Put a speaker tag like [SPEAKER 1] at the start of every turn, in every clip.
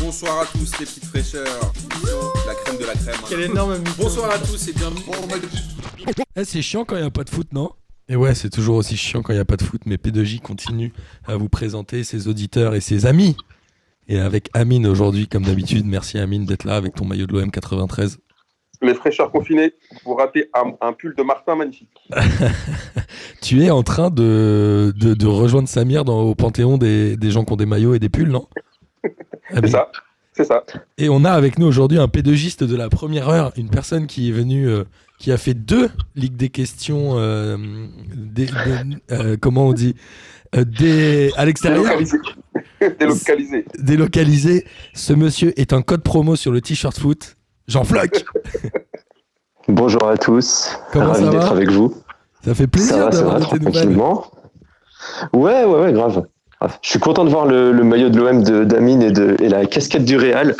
[SPEAKER 1] Bonsoir à tous les petites fraîcheurs. La crème de la crème. hein.
[SPEAKER 2] Quel énorme mytho.
[SPEAKER 1] Bonsoir à tous et bienvenue.
[SPEAKER 3] Eh, c'est chiant quand il n'y a pas de foot, non
[SPEAKER 4] Et ouais, c'est toujours aussi chiant quand il n'y a pas de foot, mais P2J continue à vous présenter ses auditeurs et ses amis. Et avec Amine aujourd'hui, comme d'habitude, merci Amine d'être là avec ton maillot de l'OM 93.
[SPEAKER 5] Les fraîcheurs confinés, vous ratez un, un pull de Martin magnifique.
[SPEAKER 4] Tu es en train de, de, de rejoindre Samir dans, au panthéon des, des gens qui ont des maillots et des pulls, non
[SPEAKER 5] C'est
[SPEAKER 4] Amine.
[SPEAKER 5] ça. C'est ça.
[SPEAKER 4] Et on a avec nous aujourd'hui un pédagogiste de la première heure, une personne qui est venue, euh, qui a fait deux ligues des questions, euh, des- des- euh, comment on dit, Euh, des, à l'extérieur,
[SPEAKER 5] Délocalisé. Délocalisé.
[SPEAKER 4] délocalisé. Ce monsieur est un code promo sur le t-shirt foot. Jean Floc,
[SPEAKER 6] Bonjour à tous,
[SPEAKER 4] Comment ça
[SPEAKER 6] ravi
[SPEAKER 4] va
[SPEAKER 6] d'être avec vous.
[SPEAKER 4] ça fait
[SPEAKER 6] ça
[SPEAKER 4] plaisir
[SPEAKER 6] va, ça
[SPEAKER 4] d'avoir
[SPEAKER 6] va,
[SPEAKER 4] de tes nouvelles.
[SPEAKER 6] tranquillement. Ouais, ouais, ouais, grave. Grave. Je suis content de voir le, le maillot de l'OM de- d'Amine et, de- et la casquette du Real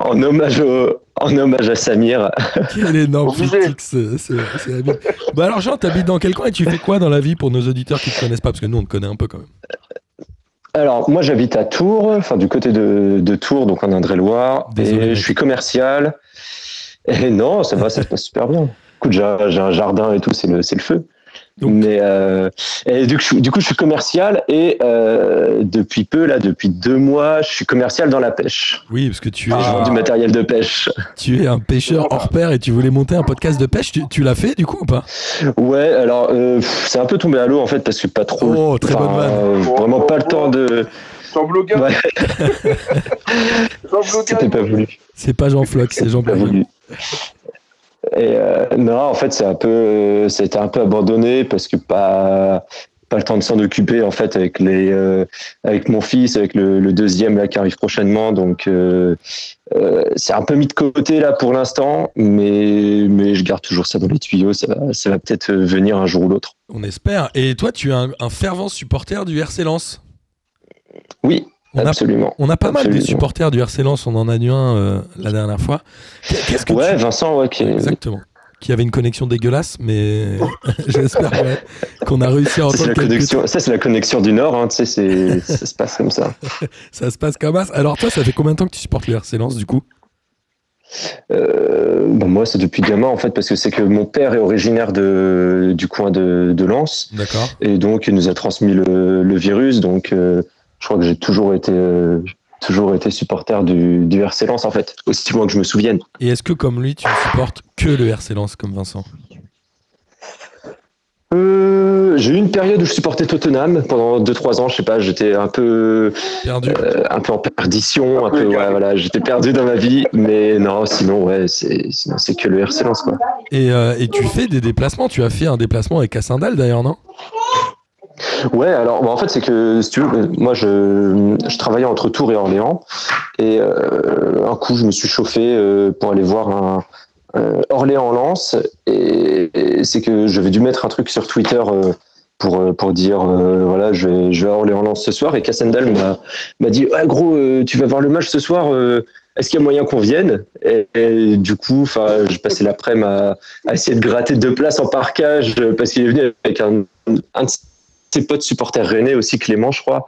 [SPEAKER 6] en, hommage au- en hommage à Samir.
[SPEAKER 4] Quel énorme
[SPEAKER 5] Obligé.
[SPEAKER 4] critique, ce- ce- ce Hamid. Bah alors Jean, t'habites dans quel coin et tu fais quoi dans la vie pour nos auditeurs qui te connaissent pas Parce que nous, on te connaît un peu quand même.
[SPEAKER 6] Alors, moi j'habite à Tours, enfin du côté de, de Tours, donc en Indre-et-Loire.
[SPEAKER 4] Désolé,
[SPEAKER 6] Et
[SPEAKER 4] mec.
[SPEAKER 6] je suis commercial. Et non, ça va, ça se passe super bien. Écoute, j'ai j'ai un jardin et tout, c'est le, c'est le feu.
[SPEAKER 4] Donc-
[SPEAKER 6] Mais euh, et du, coup, je, suis- du coup, je suis commercial et euh, depuis peu, là, depuis deux mois, je suis commercial dans la pêche.
[SPEAKER 4] Oui, parce que tu es,
[SPEAKER 6] Je vends du matériel de pêche.
[SPEAKER 4] tu es un
[SPEAKER 6] Ah.
[SPEAKER 4] pêcheur hors pair et tu voulais monter un podcast de pêche. Tu, tu l'as fait du coup ou pas
[SPEAKER 6] Ouais, alors euh, pff, c'est un peu tombé à l'eau en fait parce que pas trop.
[SPEAKER 4] Oh, très bonne vanne.
[SPEAKER 6] euh, Vraiment pas le temps de.
[SPEAKER 5] Jean Bloguin.
[SPEAKER 6] Ouais.
[SPEAKER 5] Jean
[SPEAKER 6] Bah, C'était pas voulu.
[SPEAKER 4] C'est pas Jean Floc, c'est Jean
[SPEAKER 6] pas
[SPEAKER 4] Bloguin.
[SPEAKER 6] voulu. Et euh, non, en fait, c'est un peu, euh, c'était un peu abandonné parce que pas pas le temps de s'en occuper en fait avec les euh, avec mon fils avec le, le deuxième là qui arrive prochainement donc euh, euh, c'est un peu mis de côté là pour l'instant mais mais je garde toujours ça dans les tuyaux ça va, ça va peut-être euh, venir un jour ou l'autre
[SPEAKER 4] On espère. Et toi, tu es un, un fervent supporter du RC Lens.
[SPEAKER 6] oui
[SPEAKER 4] On a,
[SPEAKER 6] absolument
[SPEAKER 4] on a pas mal de
[SPEAKER 6] Absolument.
[SPEAKER 4] supporters du RC Lens. On en a eu un euh, la dernière fois. Qu'est-ce que
[SPEAKER 6] ouais
[SPEAKER 4] tu...
[SPEAKER 6] Vincent ouais, qui est-
[SPEAKER 4] Exactement. Qui avait une connexion dégueulasse, mais j'espère ouais, qu'on a réussi à
[SPEAKER 6] ça c'est
[SPEAKER 4] entendre
[SPEAKER 6] la
[SPEAKER 4] quelque chose.
[SPEAKER 6] connexion ça c'est la connexion du nord hein, tu sais c'est ça se passe comme ça
[SPEAKER 4] Ça se passe comme ça. Alors toi, ça fait combien de temps que tu supportes le RC Lens du coup
[SPEAKER 6] Euh, bon, moi, c'est depuis gamin, en fait, parce que c'est que mon père est originaire de, du coin de, de Lens,
[SPEAKER 4] D'accord.
[SPEAKER 6] et donc il nous a transmis le, le virus. Donc, euh, je crois que j'ai toujours été, euh, toujours été supporter du, du RC Lens, en fait, aussi loin que je me souvienne.
[SPEAKER 4] Et est-ce que comme lui, tu ne supportes que le RC Lens comme Vincent
[SPEAKER 6] Euh, j'ai eu une période où je supportais Tottenham pendant 2-3 ans, je sais pas, j'étais un peu,
[SPEAKER 4] Perdu.
[SPEAKER 6] euh, un peu en perdition, un
[SPEAKER 5] peu
[SPEAKER 6] peu, ouais,
[SPEAKER 5] égaré.
[SPEAKER 6] voilà, j'étais perdu dans ma vie, mais non, sinon, ouais, c'est, sinon, c'est que le RC Lens, quoi.
[SPEAKER 4] Et, euh, et tu fais des déplacements. Tu as fait un déplacement avec Assindal d'ailleurs, non
[SPEAKER 6] Ouais, alors bah, en fait, c'est que si tu veux, euh, moi je, je travaillais entre Tours et Orléans et euh, un coup je me suis chauffé euh, pour aller voir un euh, Orléans-Lens et, et c'est que j'avais dû mettre un truc sur Twitter euh, pour, euh, pour dire euh, voilà, je vais, je vais à Orléans-Lens ce soir et Cassandal m'a m'a dit ah gros, euh, tu vas voir le match ce soir, euh, est-ce qu'il y a moyen qu'on vienne et, et du coup, enfin, j'ai passé l'après-midi à, à essayer de gratter deux places en parcage euh, parce qu'il est venu avec un, un de ses potes supporters rennais aussi, Clément, je crois.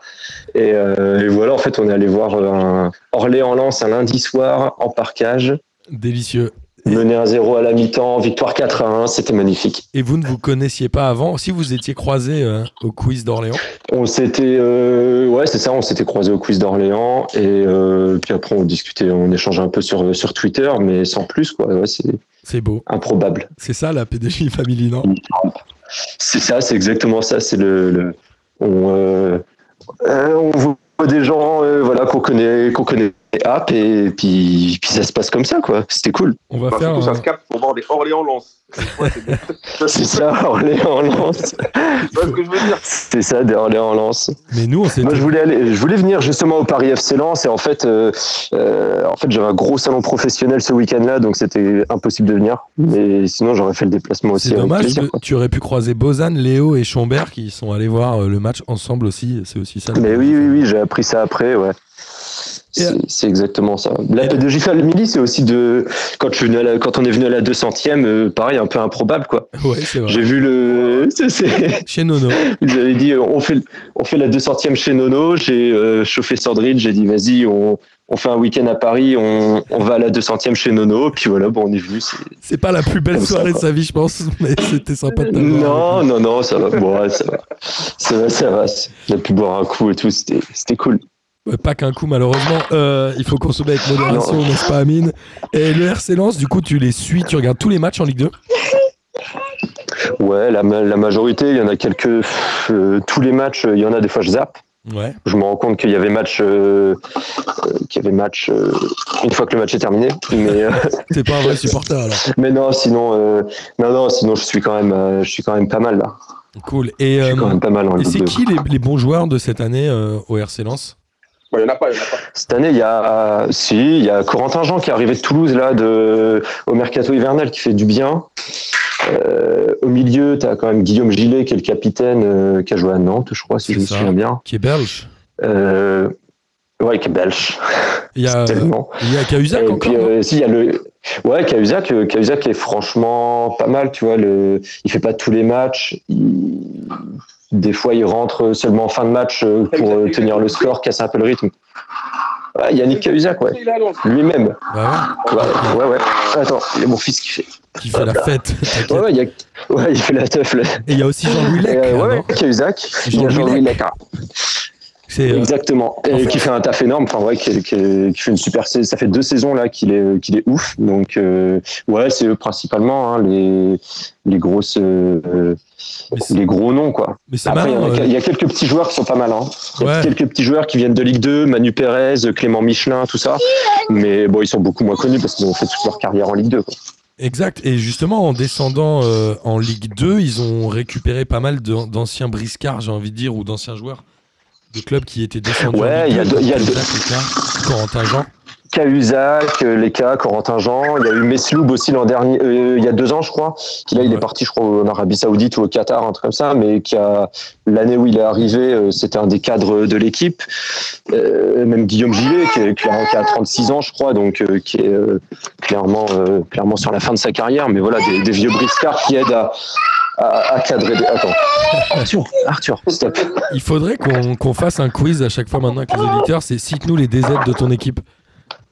[SPEAKER 6] Et, euh, et voilà, en fait, on est allé voir euh, un Orléans-Lens un lundi soir en parcage,
[SPEAKER 4] Délicieux.
[SPEAKER 6] mené 1-0 à la mi-temps, victoire 4 à 1, c'était magnifique.
[SPEAKER 4] Et vous ne vous connaissiez pas avant. Si vous étiez croisés euh, au quiz d'Orléans.
[SPEAKER 6] On s'était, euh, ouais, c'est ça, on s'était croisé au quiz d'Orléans et euh, puis après on discutait, on échangeait un peu sur euh, sur Twitter, mais sans plus, quoi. Ouais, c'est
[SPEAKER 4] C'est beau.
[SPEAKER 6] improbable.
[SPEAKER 4] C'est ça la PDG Family, non
[SPEAKER 6] C'est ça, c'est exactement ça. C'est le, le- on, euh, euh, on voit des gens, euh, voilà, qu'on connaît, qu'on connaît. App et puis, puis ça se passe comme ça quoi c'était cool
[SPEAKER 4] On va
[SPEAKER 5] Bah,
[SPEAKER 4] faire hein.
[SPEAKER 5] surtout, ça se
[SPEAKER 4] un...
[SPEAKER 5] capte pour voir des Orléans-Lens. Ouais, c'est bon. Ça,
[SPEAKER 6] C'est
[SPEAKER 5] c'est
[SPEAKER 6] ça, Orléans-Lens.
[SPEAKER 5] pas ce que je veux dire.
[SPEAKER 6] C'est ça, des Orléans-Lens.
[SPEAKER 4] Mais nous, on s'est
[SPEAKER 6] Moi, je voulais, aller, je voulais venir justement au Paris FC Lens et en fait, euh, euh, en fait j'avais un gros salon professionnel ce week-end-là, donc c'était impossible de venir. Mais sinon, j'aurais fait le déplacement aussi.
[SPEAKER 4] C'est
[SPEAKER 6] avec
[SPEAKER 4] dommage,
[SPEAKER 6] plaisir,
[SPEAKER 4] que
[SPEAKER 6] quoi.
[SPEAKER 4] tu aurais pu croiser Bozan, Léo et Schombert qui sont allés voir euh, le match ensemble aussi. Ah, C'est aussi ça. le-
[SPEAKER 6] Mais oui, oui, oui, j'ai appris ça après, ouais.
[SPEAKER 4] Et-
[SPEAKER 6] C'est c'est exactement ça. La
[SPEAKER 4] Et-
[SPEAKER 6] P2J Family, c'est aussi de. Quand, je suis venu à la- quand on est venu à la 200e, euh, pareil, un peu improbable, quoi.
[SPEAKER 4] Ouais, c'est vrai.
[SPEAKER 6] J'ai vu le. c'est- c'est-
[SPEAKER 4] Chez Nono.
[SPEAKER 6] Ils avaient dit euh, on fait, on fait la 200e chez Nono, j'ai euh, chauffé Sandrine, j'ai dit vas-y, on, on fait un week-end à Paris, on, on va à la 200e chez Nono, puis voilà, bon, on est venu. c'est-
[SPEAKER 4] C'est pas la plus belle
[SPEAKER 6] Comme ça,
[SPEAKER 4] soirée de
[SPEAKER 6] quoi.
[SPEAKER 4] sa vie, je pense, mais c'était sympa de t'avoir.
[SPEAKER 6] Non, non, non, ça va, bon, ouais, ça va, ça va, ça va. On a pu boire un coup et tout, c'était c'était cool.
[SPEAKER 4] Ouais, Pas qu'un coup, malheureusement. Euh, il faut consommer avec modération,
[SPEAKER 6] Non.
[SPEAKER 4] n'est-ce pas, Amine Et le RC Lens, du coup, tu les suis, tu regardes tous les matchs en Ligue 2
[SPEAKER 6] Ouais, la, ma- la majorité, il y en a quelques, pff, euh, tous les matchs, il y en a des fois je zappe.
[SPEAKER 4] Ouais.
[SPEAKER 6] je me rends compte qu'il y avait match, euh, euh, qu'il y avait match euh, une fois que le match est terminé. Mais, euh,
[SPEAKER 4] T'es pas un vrai supporter, alors.
[SPEAKER 6] mais non, sinon, euh, non, non, sinon je suis quand même, euh, je suis quand même pas mal là.
[SPEAKER 4] Cool. Et,
[SPEAKER 6] Je suis
[SPEAKER 4] euh,
[SPEAKER 6] quand même pas mal en
[SPEAKER 4] et
[SPEAKER 6] Ligue
[SPEAKER 4] c'est
[SPEAKER 6] 2.
[SPEAKER 4] qui les, les bons joueurs de cette année euh, au RC Lens
[SPEAKER 5] Bon, il y en a pas, il y en a pas.
[SPEAKER 6] Cette année, il y a, si, il y a Corentin Jean qui est arrivé de Toulouse là, de, au mercato hivernal, qui fait du bien. Euh, au milieu, tu as quand même Guillaume Gillet qui est le capitaine, euh, qui a joué à Nantes, je crois, si je
[SPEAKER 4] C'est
[SPEAKER 6] me
[SPEAKER 4] ça.
[SPEAKER 6] souviens bien.
[SPEAKER 4] Qui est belge
[SPEAKER 6] Euh, ouais, qui est belge,
[SPEAKER 4] Il y a, euh,
[SPEAKER 6] tellement.
[SPEAKER 4] il y a Cahuzac
[SPEAKER 6] Et
[SPEAKER 4] encore
[SPEAKER 6] puis,
[SPEAKER 4] non
[SPEAKER 6] euh, si, il y a le. Ouais, Cahuzac, euh, Cahuzac est franchement pas mal, tu vois. Le... Il fait pas tous les matchs. Il- Des fois, il rentre seulement en fin de match euh, pour euh, tenir le score, casser un peu le rythme. Ouais, Yannick Cahuzac, ouais.
[SPEAKER 5] Il est à Londres.
[SPEAKER 6] Lui-même.
[SPEAKER 4] Bah
[SPEAKER 6] Ouais, ouais, ouais. Attends, il y a mon fils qui fait.
[SPEAKER 4] ouais, qui fait la fête. t'inquiète.
[SPEAKER 6] Ouais, ouais, il, y a- ouais, il fait la teuf. là.
[SPEAKER 4] Et il y a aussi Jean-Louis Lec.
[SPEAKER 6] Et, euh,
[SPEAKER 4] là,
[SPEAKER 6] ouais,
[SPEAKER 4] non
[SPEAKER 6] ouais, Cahuzac. Il y a
[SPEAKER 4] Jean-Louis
[SPEAKER 6] Jean-Louis hein. Lacard.
[SPEAKER 4] C'est euh,
[SPEAKER 6] Exactement. Et
[SPEAKER 4] enfin-
[SPEAKER 6] qui fait un taf énorme. Enfin, ouais, qui, qui- qui fait une super saison. Ça fait deux saisons là qu'il est, qu'il est ouf. Donc, euh, ouais, c'est eux principalement hein, les, les grosses, euh,
[SPEAKER 4] Mais c'est-
[SPEAKER 6] les gros noms quoi.
[SPEAKER 4] mais c'est
[SPEAKER 6] Après, il y, en
[SPEAKER 4] marrant.
[SPEAKER 6] a-
[SPEAKER 4] euh,
[SPEAKER 6] il y a quelques petits joueurs qui sont pas mal. hein. Il y a
[SPEAKER 4] Ouais.
[SPEAKER 6] quelques petits joueurs qui viennent de Ligue 2, Manu Pérez, Clément Michelin, tout ça. Mais bon, ils sont beaucoup moins connus parce qu'ils ont fait toute leur carrière en Ligue 2. quoi.
[SPEAKER 4] euh, Exact. Et justement, en descendant euh, en Ligue 2, ils ont récupéré pas mal de- d'anciens briscards, j'ai envie de dire, ou d'anciens joueurs de clubs qui étaient descendus.
[SPEAKER 6] Ouais,
[SPEAKER 4] en Ligue
[SPEAKER 6] il y a
[SPEAKER 4] 2,
[SPEAKER 6] deux- il y a
[SPEAKER 4] comme
[SPEAKER 6] deux-
[SPEAKER 4] Jacques Lucas, Corentin Jean.
[SPEAKER 6] Cahuzac, euh, Leka, Corentin Jean. Il y a eu Mesloub aussi l'an dernier, euh, il y a deux ans, je crois. Qui là, il
[SPEAKER 4] Ouais.
[SPEAKER 6] est parti, je crois, en Arabie Saoudite ou au Qatar, un truc comme ça. Mais qui a l'année où il est arrivé, euh, c'était un des cadres de l'équipe. Euh, même Guillaume Gillet, qui, est- qui a, qui a 36 ans, je crois, donc euh, qui est euh, clairement, euh, clairement sur la fin de sa carrière. Mais voilà, des, des vieux briscards qui aident à, à- à cadrer. Des... Attends, Arthur, Arthur, stop.
[SPEAKER 4] Il faudrait qu'on qu'on fasse un quiz à chaque fois maintenant avec les éditeurs. C'est cite-nous les DZ de ton équipe.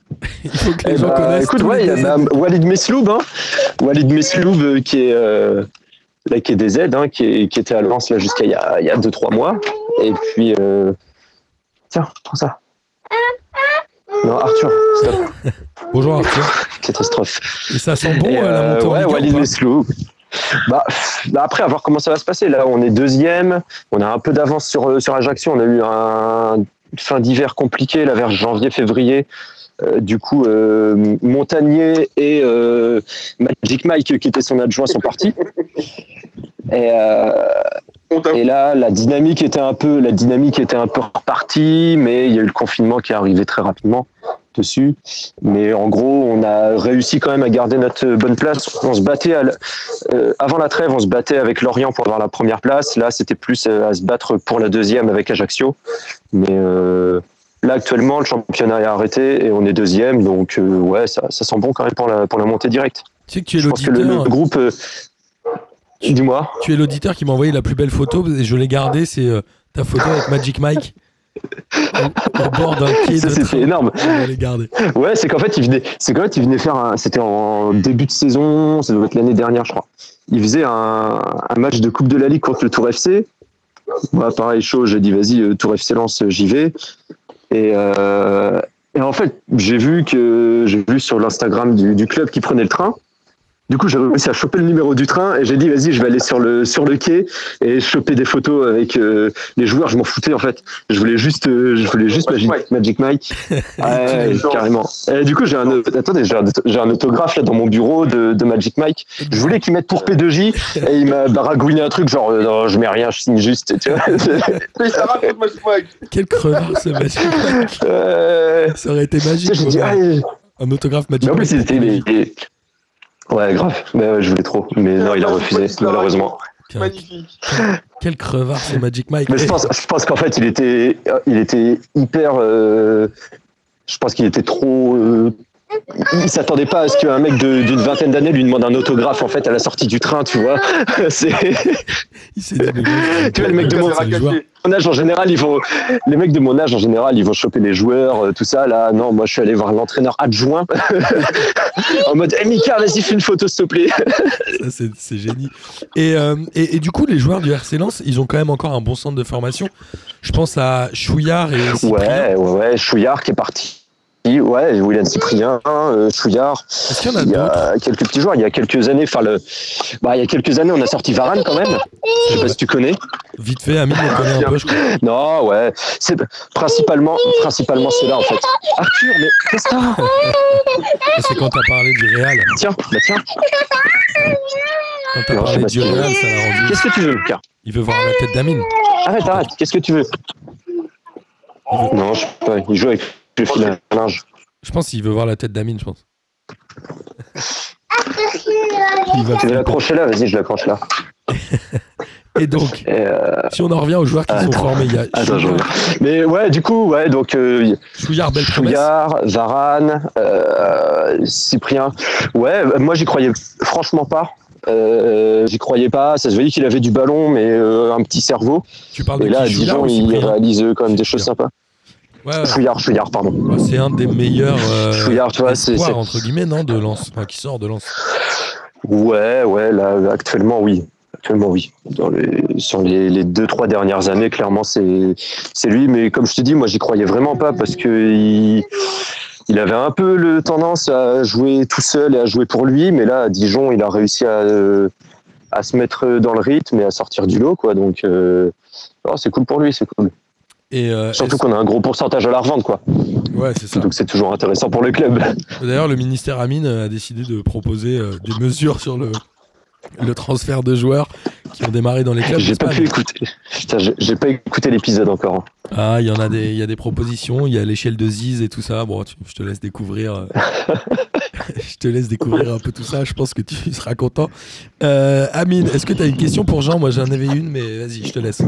[SPEAKER 4] il faut que les
[SPEAKER 6] Eh
[SPEAKER 4] gens
[SPEAKER 6] ben,
[SPEAKER 4] connaissent.
[SPEAKER 6] écoute,
[SPEAKER 4] tous
[SPEAKER 6] ouais,
[SPEAKER 4] les
[SPEAKER 6] il y a
[SPEAKER 4] DZ.
[SPEAKER 6] Mme Walid Mesloub, hein. Walid Mesloub euh, qui est euh, là, qui est des aides, hein, qui, est- qui était à Lens là jusqu'à il y a- il y a 2-3 mois. Et puis, euh, tiens, prends ça. Non, Arthur, stop,
[SPEAKER 4] Bonjour Arthur.
[SPEAKER 6] catastrophe.
[SPEAKER 4] Et ça sent bon
[SPEAKER 6] Et,
[SPEAKER 4] euh, la
[SPEAKER 6] euh,
[SPEAKER 4] montée en Ligue 1
[SPEAKER 6] ouais,
[SPEAKER 4] ou
[SPEAKER 6] Walid
[SPEAKER 4] pas
[SPEAKER 6] Mesloub. Bah, pff, bah, après, à voir comment ça va se passer. Là, on est deuxième, on a un peu d'avance sur, euh, sur Ajaccio. On a eu un fin d'hiver compliqué, là, vers janvier-février. Euh, du coup, euh, Montagnier et euh, Magic Mike, qui était son adjoint, sont partis. Et, euh,
[SPEAKER 5] On t'a-
[SPEAKER 6] et là, la dynamique était un peu, la dynamique était un peu repartie, mais il y a eu le confinement qui est arrivé très rapidement dessus. Mais en gros, on a réussi quand même à garder notre bonne place. On se battait à l- euh, avant la trêve, on se battait avec Lorient pour avoir la première place. Là, c'était plus euh, à se battre pour la deuxième avec Ajaccio. Mais euh, là, actuellement, le championnat est arrêté et on est deuxième. Donc, euh, ouais, ça, ça sent bon quand même pour la, pour la montée directe.
[SPEAKER 4] Tu sais que tu es
[SPEAKER 6] Je pense que le,
[SPEAKER 4] l'auditeur.
[SPEAKER 6] le groupe. euh, Dis-moi.
[SPEAKER 4] Tu es l'auditeur qui m'a envoyé la plus belle photo et je l'ai gardée. C'est euh, ta photo avec Magic Mike au, au bord d'un quai
[SPEAKER 6] Ça,
[SPEAKER 4] de
[SPEAKER 6] c'était
[SPEAKER 4] train.
[SPEAKER 6] énorme.
[SPEAKER 4] Je l'ai gardée.
[SPEAKER 6] Ouais, c'est qu'en fait, il venait, c'est qu'en fait, il venait faire un, c'était en début de saison, ça doit être l'année dernière, je crois. Il faisait un, un match de Coupe de la Ligue contre le Tour FC. Moi, pareil, chaud, j'ai dit, vas-y, euh, Tour FC Lance, j'y vais. Et, euh, et en fait, j'ai vu que, j'ai vu sur l'Instagram du, du club qui prenait le train. Du coup, j'ai réussi à choper le numéro du train et j'ai dit, vas-y, je vais aller sur le, sur le quai et choper des photos avec euh, les joueurs. Je m'en foutais, en fait. Je voulais juste, euh, je voulais juste
[SPEAKER 5] Magic
[SPEAKER 6] Magic,
[SPEAKER 5] Mike.
[SPEAKER 6] Magic Mike. Ouais,
[SPEAKER 5] l'as eu.
[SPEAKER 6] carrément. Et du coup, j'ai un, attendez, j'ai un, j'ai un autographe là dans mon bureau de, de Magic Mike. Je voulais qu'il mette pour P2J et il m'a baragouiné un truc genre, euh, non, je mets rien, je signe juste. Tu vois
[SPEAKER 5] Mais ça raconte, Magic Mike.
[SPEAKER 4] Quel crevard ce Magic Mike.
[SPEAKER 6] Euh,
[SPEAKER 4] Ça aurait été
[SPEAKER 6] tu sais,
[SPEAKER 4] magique.
[SPEAKER 6] j'ai dit,
[SPEAKER 4] quoi.
[SPEAKER 6] allez.
[SPEAKER 4] Un autographe Magic
[SPEAKER 6] ah, Mais en plus,
[SPEAKER 4] Mike.
[SPEAKER 6] c'était les. les- Ouais, grave. Mais ouais, je voulais trop. Mais non, il a refusé, malheureusement.
[SPEAKER 4] Tiens,
[SPEAKER 5] Magnifique.
[SPEAKER 4] Quel crevard ce Magic Mike.
[SPEAKER 6] Mais je
[SPEAKER 4] Eh,
[SPEAKER 6] pense, je pense qu'en fait, il était, il était hyper. euh, je pense qu'il était trop. euh, il s'attendait pas à ce qu'un mec de- d'une vingtaine d'années lui demande un autographe en fait à la sortie du train, tu vois. C'est
[SPEAKER 4] Il s'est dit, mais gros,
[SPEAKER 6] Tu vois, le mec de mon-
[SPEAKER 4] c'est le joueur.
[SPEAKER 6] mon âge en général, ils vont les mecs de mon âge en général, ils vont choper les joueurs, euh, tout ça. Là, non, moi je suis allé voir l'entraîneur adjoint en mode, hey, Mika, vas-y, fais une photo s'il te plaît.
[SPEAKER 4] Ça, c'est, c'est génie. Et, euh, et, et du coup, les joueurs du RC Lens, ils ont quand même encore un bon centre de formation. Je pense à Chouillard et Cyprien.
[SPEAKER 6] Ouais, ouais, ouais, Chouillard qui est parti. Ouais, William Cyprien, euh, Chouillard.
[SPEAKER 4] Est-ce qu'il y en a
[SPEAKER 6] Il y
[SPEAKER 4] d'autres
[SPEAKER 6] a quelques petits joueurs. Il y a quelques années, enfin le, bah, il y a quelques années, on a sorti Varane quand même. Je sais pas si tu connais.
[SPEAKER 4] Vite fait, Amine le connaît Ah, un peu, je crois.
[SPEAKER 6] Non, ouais. C'est principalement, principalement c'est là en fait. Arthur, mais qu'est-ce que t'as
[SPEAKER 4] Ça, C'est quand t'as parlé du Real.
[SPEAKER 6] Tiens, bah tiens.
[SPEAKER 4] Quand t'as
[SPEAKER 6] Non,
[SPEAKER 4] parlé du
[SPEAKER 6] je sais pas ce qu'il
[SPEAKER 4] Real, ça l'a rendu.
[SPEAKER 6] Qu'est-ce que tu veux, Lucas
[SPEAKER 4] Il veut voir la tête d'Amine.
[SPEAKER 6] Arrête, arrête. Qu'est-ce que tu veux Non, je sais pas. Il joue avec le fil à linge.
[SPEAKER 4] Je pense qu'il veut voir la tête d'Amine, je pense. Il va
[SPEAKER 6] Tu veux
[SPEAKER 4] faire-
[SPEAKER 6] l'accrocher là Vas-y, je l'accroche là.
[SPEAKER 4] Et donc,
[SPEAKER 6] Et, euh,
[SPEAKER 4] si on en revient aux joueurs qui sont
[SPEAKER 6] Attends.
[SPEAKER 4] formés, il y a
[SPEAKER 6] attends, je
[SPEAKER 4] Chouillard,
[SPEAKER 6] reviens. Mais ouais, du coup, ouais, donc. euh,
[SPEAKER 4] Chouillard, belle promesse.
[SPEAKER 6] Chouillard, Varane, euh, Cyprien. Ouais, bah, moi j'y croyais franchement pas. Euh, j'y croyais pas. Ça se voyait qu'il avait du ballon, mais euh, un petit cerveau.
[SPEAKER 4] Tu parles
[SPEAKER 6] Et
[SPEAKER 4] de
[SPEAKER 6] là, à
[SPEAKER 4] qui, Chouillard
[SPEAKER 6] Dijon,
[SPEAKER 4] ou
[SPEAKER 6] il
[SPEAKER 4] Cyprien
[SPEAKER 6] réalise euh, quand même des
[SPEAKER 4] Cyprien.
[SPEAKER 6] choses sympas.
[SPEAKER 4] Ouais, ouais.
[SPEAKER 6] Chouillard, Chouillard, pardon.
[SPEAKER 4] Bah, c'est un des meilleurs euh,
[SPEAKER 6] Chouillard, tu vois, c'est.
[SPEAKER 4] espoirs,
[SPEAKER 6] c'est-
[SPEAKER 4] entre guillemets, non, de Lens, enfin, qui sort de Lens.
[SPEAKER 6] Ouais, ouais, là, actuellement, oui. Actuellement, oui. Dans les, sur les, les deux, trois dernières années, clairement, c'est, c'est lui. Mais comme je te dis, moi, j'y croyais vraiment pas parce que il, il avait un peu le tendance à jouer tout seul et à jouer pour lui. Mais là, à Dijon, il a réussi à, euh, à se mettre dans le rythme et à sortir du lot, quoi. Donc, euh, non, c'est cool pour lui, c'est cool.
[SPEAKER 4] Et, euh,
[SPEAKER 6] Surtout
[SPEAKER 4] est-ce-
[SPEAKER 6] qu'on a un gros pourcentage à la revente, quoi.
[SPEAKER 4] Ouais, c'est ça.
[SPEAKER 6] Donc, c'est toujours intéressant pour le club.
[SPEAKER 4] D'ailleurs, le ministère Amine a décidé de proposer euh, des mesures sur le, le transfert de joueurs qui ont démarré dans les clubs.
[SPEAKER 6] J'ai pas
[SPEAKER 4] d'Espagne.
[SPEAKER 6] pu écouter. Putain, j'ai, j'ai pas écouté l'épisode encore. hein.
[SPEAKER 4] Ah, il y en a des, il y a des propositions, il y a l'échelle de Ziz et tout ça. Bon, tu- je te laisse découvrir. euh, je te laisse découvrir un peu tout ça. Je pense que tu seras content. Euh, Amine, est-ce que tu as une question pour Jean Moi, j'en avais une, mais vas-y, je te laisse.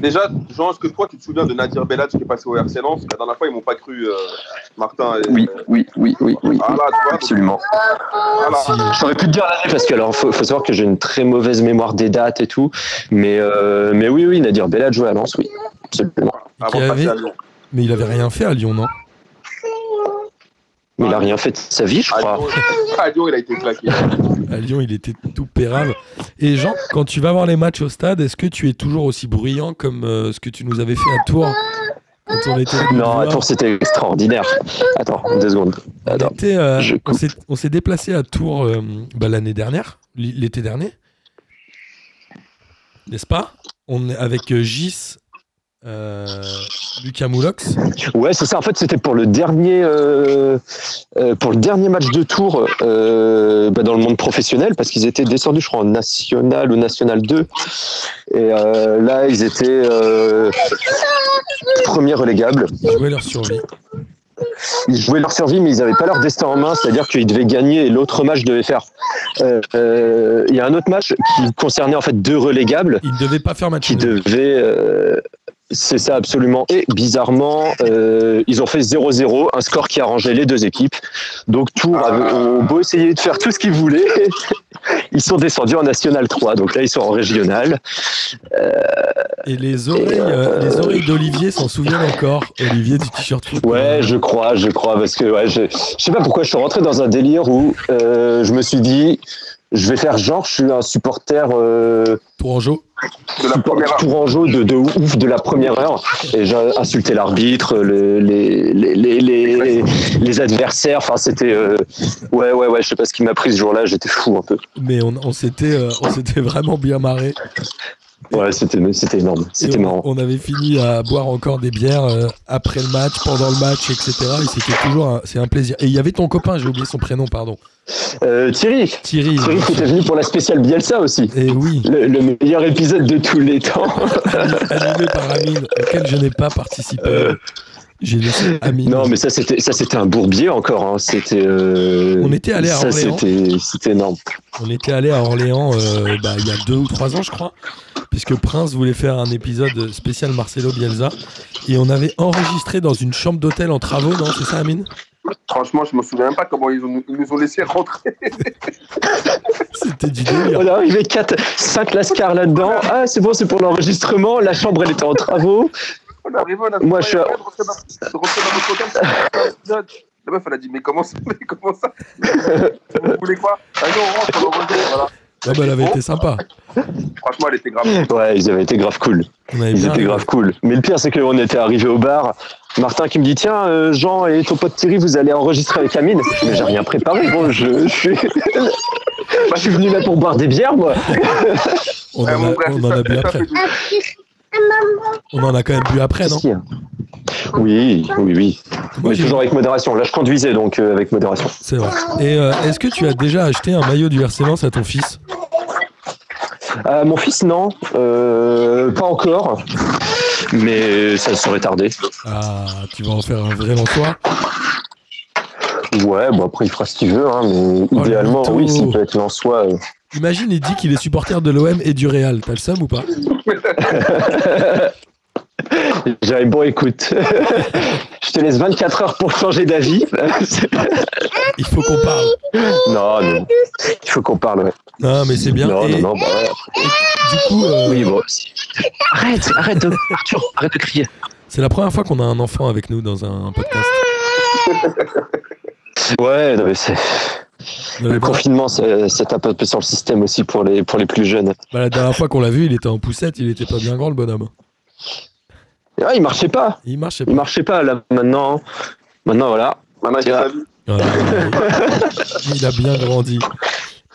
[SPEAKER 5] Déjà, Jean, est-ce que toi, tu te souviens de Nadir Bellad qui est passé au RC Lens La dernière fois, ils m'ont pas cru, euh, Martin. Et,
[SPEAKER 6] oui, oui, oui, oui.
[SPEAKER 5] Ah là, tu vois, donc, ah,
[SPEAKER 6] Absolument.
[SPEAKER 5] voilà.
[SPEAKER 4] Si- euh,
[SPEAKER 6] Je saurais plus te dire l'année parce que alors faut, faut savoir que j'ai une très mauvaise mémoire des dates et tout, mais euh, mais oui oui Nadir Bella jouait à Lens oui absolument.
[SPEAKER 5] Avant
[SPEAKER 4] Qui
[SPEAKER 5] de passer
[SPEAKER 4] avait-
[SPEAKER 5] à Lyon.
[SPEAKER 4] Mais il avait rien fait à Lyon, non
[SPEAKER 6] Mais il a rien fait de sa vie je
[SPEAKER 5] À
[SPEAKER 6] crois.
[SPEAKER 5] Lyon, à Lyon, il a été claqué.
[SPEAKER 4] À Lyon, il était tout pérave. Et Jean, quand tu vas voir les matchs au stade, est-ce que tu es toujours aussi bruyant comme euh, ce que tu nous avais fait à Tours quand on était venu te
[SPEAKER 6] Non
[SPEAKER 4] voir
[SPEAKER 6] attends c'était extraordinaire. Attends deux secondes. Attends.
[SPEAKER 4] On était, euh,
[SPEAKER 6] Ah je
[SPEAKER 4] on
[SPEAKER 6] coupe.
[SPEAKER 4] s'est- on s'est déplacé à Tours euh, bah, l'année dernière, l- l'été dernier, n'est-ce pas On est avec euh, Gis, euh, Lucas Moulox.
[SPEAKER 6] Ouais c'est ça en fait c'était pour le dernier euh, euh, pour le dernier match de tour euh, bah, dans le monde professionnel parce qu'ils étaient descendus je crois en national ou national 2 et euh, là ils étaient euh, premier relégable.
[SPEAKER 4] Jouer leur survie.
[SPEAKER 6] ils jouaient leur survie, mais ils n'avaient pas leur destin en main, c'est-à-dire qu'ils devaient gagner et l'autre match devait faire. Euh, euh, Il y a un autre match qui concernait en fait deux relégables
[SPEAKER 4] Ils ne devaient pas faire match.
[SPEAKER 6] qui
[SPEAKER 4] nul.
[SPEAKER 6] devaient. euh, c'est ça absolument. Et bizarrement, euh, ils ont fait 0-0, un score qui arrangeait les deux équipes. Donc Tours avait- ont beau essayer de faire tout ce qu'ils voulaient, ils sont descendus en National 3. Donc là, ils sont en régional.
[SPEAKER 4] Et les oreilles, euh, les oreilles d'Olivier s'en souviennent encore. Olivier du t-shirt foot.
[SPEAKER 6] Ouais, je crois, je crois, parce que ouais, je, je sais pas pourquoi je suis rentré dans un délire où euh, je me suis dit, je vais faire genre, je suis un supporter euh,
[SPEAKER 4] Tourangeau.
[SPEAKER 5] De la première heure.
[SPEAKER 6] tourangeau de, de ouf de la première heure, et j'ai insulté l'arbitre, le- les, les, les, les, les adversaires, enfin c'était... euh, ouais, ouais, ouais, je sais pas ce qui m'a pris ce jour-là, j'étais fou un peu.
[SPEAKER 4] Mais on, on s'était euh, on s'était vraiment bien marré.
[SPEAKER 6] Ouais, c'était c'était énorme,
[SPEAKER 4] Et
[SPEAKER 6] c'était
[SPEAKER 4] on-
[SPEAKER 6] marrant.
[SPEAKER 4] On avait fini à boire encore des bières euh, après le match, pendant le match, etc. Et c'était toujours un, c'est un plaisir. Et il y avait ton copain, j'ai oublié son prénom, pardon.
[SPEAKER 6] Euh, Thierry,
[SPEAKER 4] Thierry.
[SPEAKER 6] Thierry qui était venu pour la spéciale Bielsa aussi.
[SPEAKER 4] Et oui,
[SPEAKER 6] Le, le meilleur épisode de tous les temps.
[SPEAKER 4] animé par Amine, auquel je n'ai pas participé.
[SPEAKER 6] Euh.
[SPEAKER 4] J'ai laissé Amine.
[SPEAKER 6] Non, mais ça c'était ça c'était un bourbier encore. hein. C'était. euh,
[SPEAKER 4] On était allé à
[SPEAKER 6] ça,
[SPEAKER 4] Orléans.
[SPEAKER 6] c'était c'était énorme.
[SPEAKER 4] On était allé à Orléans euh, bah, il y a deux ou trois ans, je crois, puisque Prince voulait faire un épisode spécial Marcelo Bielsa. Et on avait enregistré dans une chambre d'hôtel en travaux, non C'est ça, Amine
[SPEAKER 5] Franchement, je me souviens même pas comment ils, ont- ils nous ont laissé rentrer.
[SPEAKER 4] C'était du délire.
[SPEAKER 6] On est arrivé 4, 5 lascars là-dedans. Ah, c'est bon, c'est pour l'enregistrement. La chambre, elle était en travaux.
[SPEAKER 5] On est arrivé, on a
[SPEAKER 6] Moi, je suis à-
[SPEAKER 5] on est rentré dans on est rentré dans notre hôtel, c'est un épisode. La meuf, elle a dit, mais comment ça, mais comment ça Vous voulez quoi Allez, on rentre, on enregistre, voilà.
[SPEAKER 4] Ah bah, elle avait été sympa.
[SPEAKER 5] Franchement, elle était grave.
[SPEAKER 6] Ouais, ils avaient été grave cool.
[SPEAKER 4] On avait
[SPEAKER 6] Ils
[SPEAKER 4] Eh bien
[SPEAKER 6] étaient grave cool. Mais le pire, c'est qu'on était arrivé au bar. Martin qui me dit Tiens, euh, Jean et ton pote Thierry, vous allez enregistrer avec Amine. Mais j'ai rien préparé, gros. Je, je suis... je suis venu là pour boire des bières, moi.
[SPEAKER 4] On en
[SPEAKER 5] Eh, mon
[SPEAKER 4] a,
[SPEAKER 5] frère,
[SPEAKER 4] on
[SPEAKER 5] c'est
[SPEAKER 4] en
[SPEAKER 5] ça-
[SPEAKER 4] a bu
[SPEAKER 5] c'est ça,
[SPEAKER 4] après.
[SPEAKER 5] fait du-
[SPEAKER 4] On en a quand même bu après, Ah, non
[SPEAKER 6] Si. Oui, oui, oui.
[SPEAKER 4] Moi,
[SPEAKER 6] Mais
[SPEAKER 4] j'ai-
[SPEAKER 6] toujours avec modération. Là, je conduisais, donc euh, avec modération.
[SPEAKER 4] C'est vrai. Et euh, est-ce que tu as déjà acheté un maillot du RC Lens à ton fils
[SPEAKER 6] Euh, mon fils, non. Euh, pas encore. Mais ça serait tardé.
[SPEAKER 4] Ah, tu vas en faire un vrai Lensois
[SPEAKER 6] Ouais, bon, après, il fera ce qu'il veut. hein, mais
[SPEAKER 4] Oh, le
[SPEAKER 6] idéalement,
[SPEAKER 4] mytho.
[SPEAKER 6] oui, s'il peut être en soi. euh,
[SPEAKER 4] Imagine, il dit qu'il est supporter de l'OM et du Real. T'as le seum ou pas
[SPEAKER 6] J'avais bon, écoute, je te laisse 24 heures pour changer d'avis.
[SPEAKER 4] Il faut qu'on parle.
[SPEAKER 6] non, non, il faut qu'on parle. ouais.
[SPEAKER 4] Non, mais c'est bien.
[SPEAKER 6] Non,
[SPEAKER 4] et
[SPEAKER 6] non, non, bah, ouais.
[SPEAKER 4] du coup, euh,
[SPEAKER 6] oui, bon. si. Arrête, arrête, de... Arthur, arrête de crier.
[SPEAKER 4] c'est la première fois qu'on a un enfant avec nous dans un podcast.
[SPEAKER 6] Ouais, non, mais c'est-
[SPEAKER 4] Dans
[SPEAKER 6] le
[SPEAKER 4] la-
[SPEAKER 6] confinement, c'est c'est un peu sur le système aussi pour les, pour les plus jeunes.
[SPEAKER 4] bah, la dernière fois qu'on l'a vu, il était en poussette, il était pas bien grand le bonhomme. hein.
[SPEAKER 6] Et ouais, Ah, il marchait pas,
[SPEAKER 4] Il marchait
[SPEAKER 6] il
[SPEAKER 4] pas.
[SPEAKER 6] marchait pas là maintenant. hein. Maintenant, voilà.
[SPEAKER 5] Maintenant, il y a la vie.
[SPEAKER 4] Ah, il a bien grandi.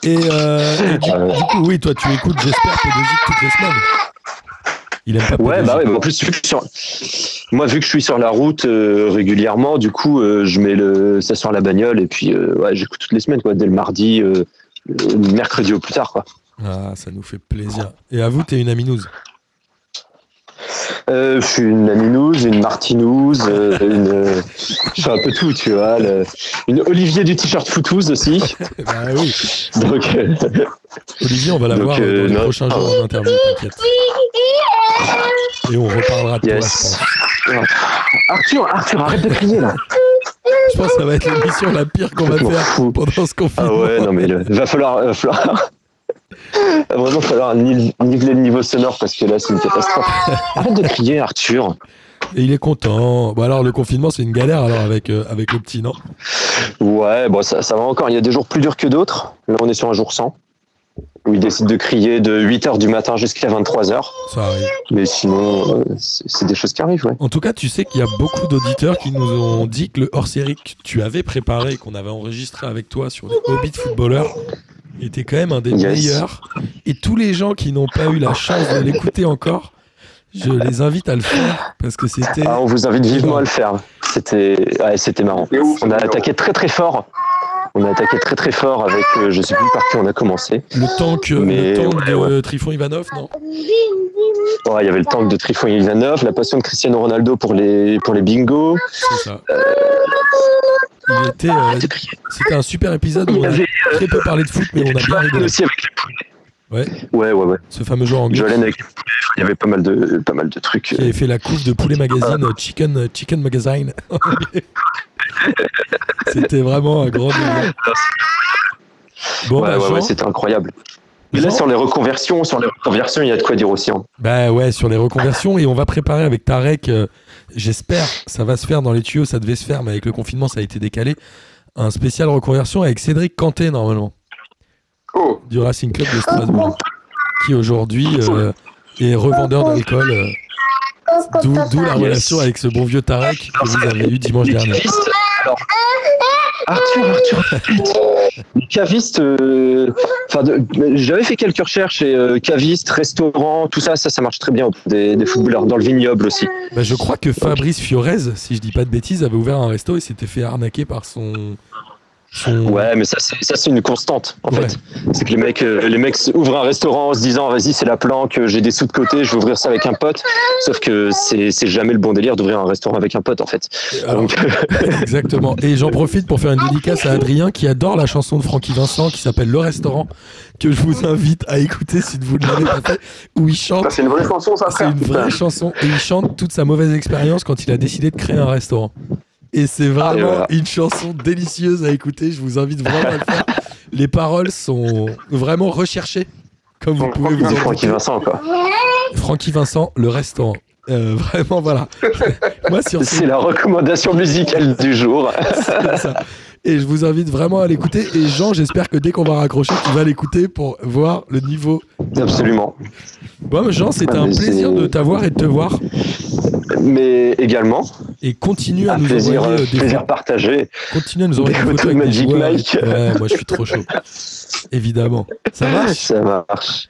[SPEAKER 4] Et, euh, et du,
[SPEAKER 6] Euh,
[SPEAKER 4] du coup, oui, toi, tu écoutes, j'espère, Pédogique toutes les semaines. Il aime pas
[SPEAKER 6] Ouais,
[SPEAKER 4] Pédogique.
[SPEAKER 6] bah ouais, mais en plus, vu que je suis sur- moi, vu que je suis sur la route euh, régulièrement, du coup, euh, je mets le... ça sur la bagnole et puis euh, ouais, j'écoute toutes les semaines, quoi, dès le mardi, euh, euh, mercredi au plus tard, quoi.
[SPEAKER 4] Ah, ça nous fait plaisir. Et à vous, t'es une aminouse.
[SPEAKER 6] Euh, je suis une aminouse, une martinouse, euh, une, euh, je fais un peu tout, tu vois. le- Une Olivier du t-shirt foutouse aussi.
[SPEAKER 4] bah oui.
[SPEAKER 6] Donc, euh,
[SPEAKER 4] Olivier, on va la
[SPEAKER 6] Donc,
[SPEAKER 4] voir
[SPEAKER 6] euh,
[SPEAKER 4] dans les
[SPEAKER 6] non.
[SPEAKER 4] prochains jours en interview, t'inquiète. Et on reparlera de toi, je
[SPEAKER 6] yes.
[SPEAKER 4] pense.
[SPEAKER 6] Arthur, Arthur, arrête de crier là.
[SPEAKER 4] Je pense que ça va être l'émission la pire qu'on va
[SPEAKER 6] Je m'en
[SPEAKER 4] faire
[SPEAKER 6] fous.
[SPEAKER 4] pendant ce confinement.
[SPEAKER 6] Ah ouais, non mais le- va falloir, va falloir- va vraiment falloir nive- niveler le niveau sonore parce que là c'est une catastrophe. Arrête de crier Arthur.
[SPEAKER 4] Et il est content. Bon, alors, le confinement, c'est une galère alors avec, euh, avec le petit, non
[SPEAKER 6] Ouais, bon ça, ça va encore, il y a des jours plus durs que d'autres. Là on est sur un jour sans où il décide de crier de 8h du matin jusqu'à 23h.
[SPEAKER 4] Ça arrive.
[SPEAKER 6] Mais sinon, euh, c'est c'est des choses qui arrivent, ouais.
[SPEAKER 4] En tout cas, tu sais qu'il y a beaucoup d'auditeurs qui nous ont dit que le hors-série que tu avais préparé, qu'on avait enregistré avec toi sur les hobbies de footballeurs, était quand même un des
[SPEAKER 6] Yes.
[SPEAKER 4] meilleurs. Et tous les gens qui n'ont pas eu la chance de l'écouter encore, je les invite à le faire parce que c'était.
[SPEAKER 6] Ah, on vous invite vivement à le faire. C'était ouais, c'était marrant.
[SPEAKER 5] C'était ouf,
[SPEAKER 6] On a
[SPEAKER 5] c'était
[SPEAKER 6] attaqué très très fort. On a attaqué très très fort avec, euh, je sais plus par qui on a commencé.
[SPEAKER 4] Le tank, euh,
[SPEAKER 6] Mais
[SPEAKER 4] le tank
[SPEAKER 6] ouais,
[SPEAKER 4] de
[SPEAKER 6] ouais.
[SPEAKER 4] euh, Trifon Ivanov, non
[SPEAKER 6] Ouais, il y avait le tank de Trifon Ivanov, la passion de Cristiano Ronaldo pour les, pour les bingos.
[SPEAKER 4] C'est ça. Il était. euh, C'était un super épisode où
[SPEAKER 6] Il y
[SPEAKER 4] on a
[SPEAKER 6] avait, euh,
[SPEAKER 4] très peu parlé de foot, mais
[SPEAKER 6] il y
[SPEAKER 4] on
[SPEAKER 6] avait
[SPEAKER 4] a bien
[SPEAKER 6] Jolan
[SPEAKER 4] rigolé.
[SPEAKER 6] aussi avec les
[SPEAKER 4] Ouais,
[SPEAKER 6] poulets. Ouais, ouais, ouais.
[SPEAKER 4] ce fameux joueur anglais
[SPEAKER 6] Jolan avec les poulets. Enfin, Il y avait pas mal de, pas mal de trucs.
[SPEAKER 4] qui avait fait la coupe de Poulet Magazine, euh, Chicken, euh, Chicken Magazine. C'était vraiment un grand délire. Bon,
[SPEAKER 6] ouais,
[SPEAKER 4] bah,
[SPEAKER 6] ouais,
[SPEAKER 4] Jean,
[SPEAKER 6] ouais, c'était incroyable. Mais là,
[SPEAKER 4] Jean
[SPEAKER 6] sur les reconversions, sur les reconversions, il y a de quoi dire aussi. hein.
[SPEAKER 4] bah ouais, sur les reconversions, et on va préparer avec Tarek, euh, j'espère, ça va se faire dans les tuyaux, ça devait se faire, mais avec le confinement, ça a été décalé. Un spécial reconversion avec Cédric Canté, normalement.
[SPEAKER 5] Oh,
[SPEAKER 4] du Racing Club de Strasbourg, qui aujourd'hui euh, est revendeur d'alcool, euh, d'où d'où la relation avec ce bon vieux Tarek que vous avez eu dimanche
[SPEAKER 6] Les
[SPEAKER 4] dernier.
[SPEAKER 6] cavistes, alors, Ah, Arthur, Arthur, arrête. les cavistes, euh, enfin, de- j'avais fait quelques recherches et euh, cavistes, restaurants, tout ça, ça, ça marche très bien auprès des, des footballeurs, dans le vignoble aussi.
[SPEAKER 4] Bah, je crois que Fabrice Fiorez, si je dis pas de bêtises, avait ouvert un resto et s'était fait arnaquer par son. son-
[SPEAKER 6] Ouais, mais ça, c'est ça, c'est une constante, en
[SPEAKER 4] Ouais.
[SPEAKER 6] fait. C'est que les mecs, euh, les mecs ouvrent un restaurant en se disant, vas-y, c'est la planque, euh, j'ai des sous de côté, je vais ouvrir ça avec un pote. Sauf que c'est c'est jamais le bon délire d'ouvrir un restaurant avec un pote, en fait.
[SPEAKER 4] Alors,
[SPEAKER 6] Donc, euh,
[SPEAKER 4] exactement. Et j'en profite pour faire une dédicace à Adrien qui adore la chanson de Francky Vincent qui s'appelle Le Restaurant, que je vous invite à écouter si vous ne l'avez pas fait, où il chante
[SPEAKER 5] ça, c'est une vraie chanson, ça,
[SPEAKER 4] C'est
[SPEAKER 5] frère.
[SPEAKER 4] une vraie chanson et il chante toute sa mauvaise expérience quand il a décidé de créer un restaurant. Et c'est vraiment
[SPEAKER 6] voilà.
[SPEAKER 4] une chanson délicieuse à écouter. Je vous invite vraiment à le faire. Les paroles sont vraiment recherchées, comme vous
[SPEAKER 5] Bon,
[SPEAKER 4] pouvez vous
[SPEAKER 5] Francky
[SPEAKER 4] en
[SPEAKER 6] Du
[SPEAKER 5] Vincent.
[SPEAKER 4] douter.
[SPEAKER 6] Francky Vincent, quoi.
[SPEAKER 4] Francky Vincent, le restaurant. Euh, vraiment, voilà. Moi, sur ce,
[SPEAKER 6] C'est la recommandation musicale du jour.
[SPEAKER 4] c'est ça. Et je vous invite vraiment à l'écouter. Et Jean, j'espère que dès qu'on va raccrocher, tu vas l'écouter pour voir le niveau.
[SPEAKER 6] Absolument.
[SPEAKER 4] Bon, Jean, c'était
[SPEAKER 6] Ah,
[SPEAKER 4] un
[SPEAKER 6] mais
[SPEAKER 4] plaisir
[SPEAKER 6] c'est-
[SPEAKER 4] de t'avoir et de te voir.
[SPEAKER 6] Mais également,
[SPEAKER 4] Et continue à
[SPEAKER 6] un
[SPEAKER 4] nous
[SPEAKER 6] plaisir,
[SPEAKER 4] envoyer euh, des
[SPEAKER 6] plaisir partagé.
[SPEAKER 4] Continue à nous envoyer des
[SPEAKER 6] Des
[SPEAKER 4] photos
[SPEAKER 6] photos
[SPEAKER 4] avec des
[SPEAKER 6] Magic
[SPEAKER 4] joueurs.
[SPEAKER 6] Mike.
[SPEAKER 4] Ouais, moi je suis trop chaud. Évidemment. Ça marche
[SPEAKER 6] Ça marche.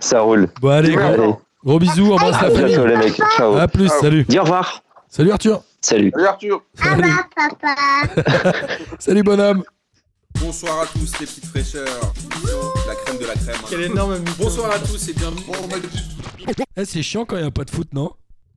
[SPEAKER 6] Ça roule.
[SPEAKER 4] Bon allez,
[SPEAKER 5] Ouais,
[SPEAKER 4] gros, Ah.
[SPEAKER 6] Allez,
[SPEAKER 4] gros bisous, embrasse
[SPEAKER 6] à
[SPEAKER 4] la famille.
[SPEAKER 6] bientôt les mecs. Ciao.
[SPEAKER 4] À plus,
[SPEAKER 5] Ciao.
[SPEAKER 4] salut.
[SPEAKER 6] Dis au revoir.
[SPEAKER 4] Salut Arthur.
[SPEAKER 6] Salut.
[SPEAKER 5] Allez, Arthur.
[SPEAKER 2] Ah
[SPEAKER 4] Salut,
[SPEAKER 2] bah, papa.
[SPEAKER 4] salut bonhomme.
[SPEAKER 1] Bonsoir à tous les petites fraîcheurs. La crème hein. Oh de la crème.
[SPEAKER 7] Quelle énorme mouton.
[SPEAKER 1] Bonsoir à tous et bienvenue.
[SPEAKER 3] Eh, c'est chiant quand il n'y a pas de foot, non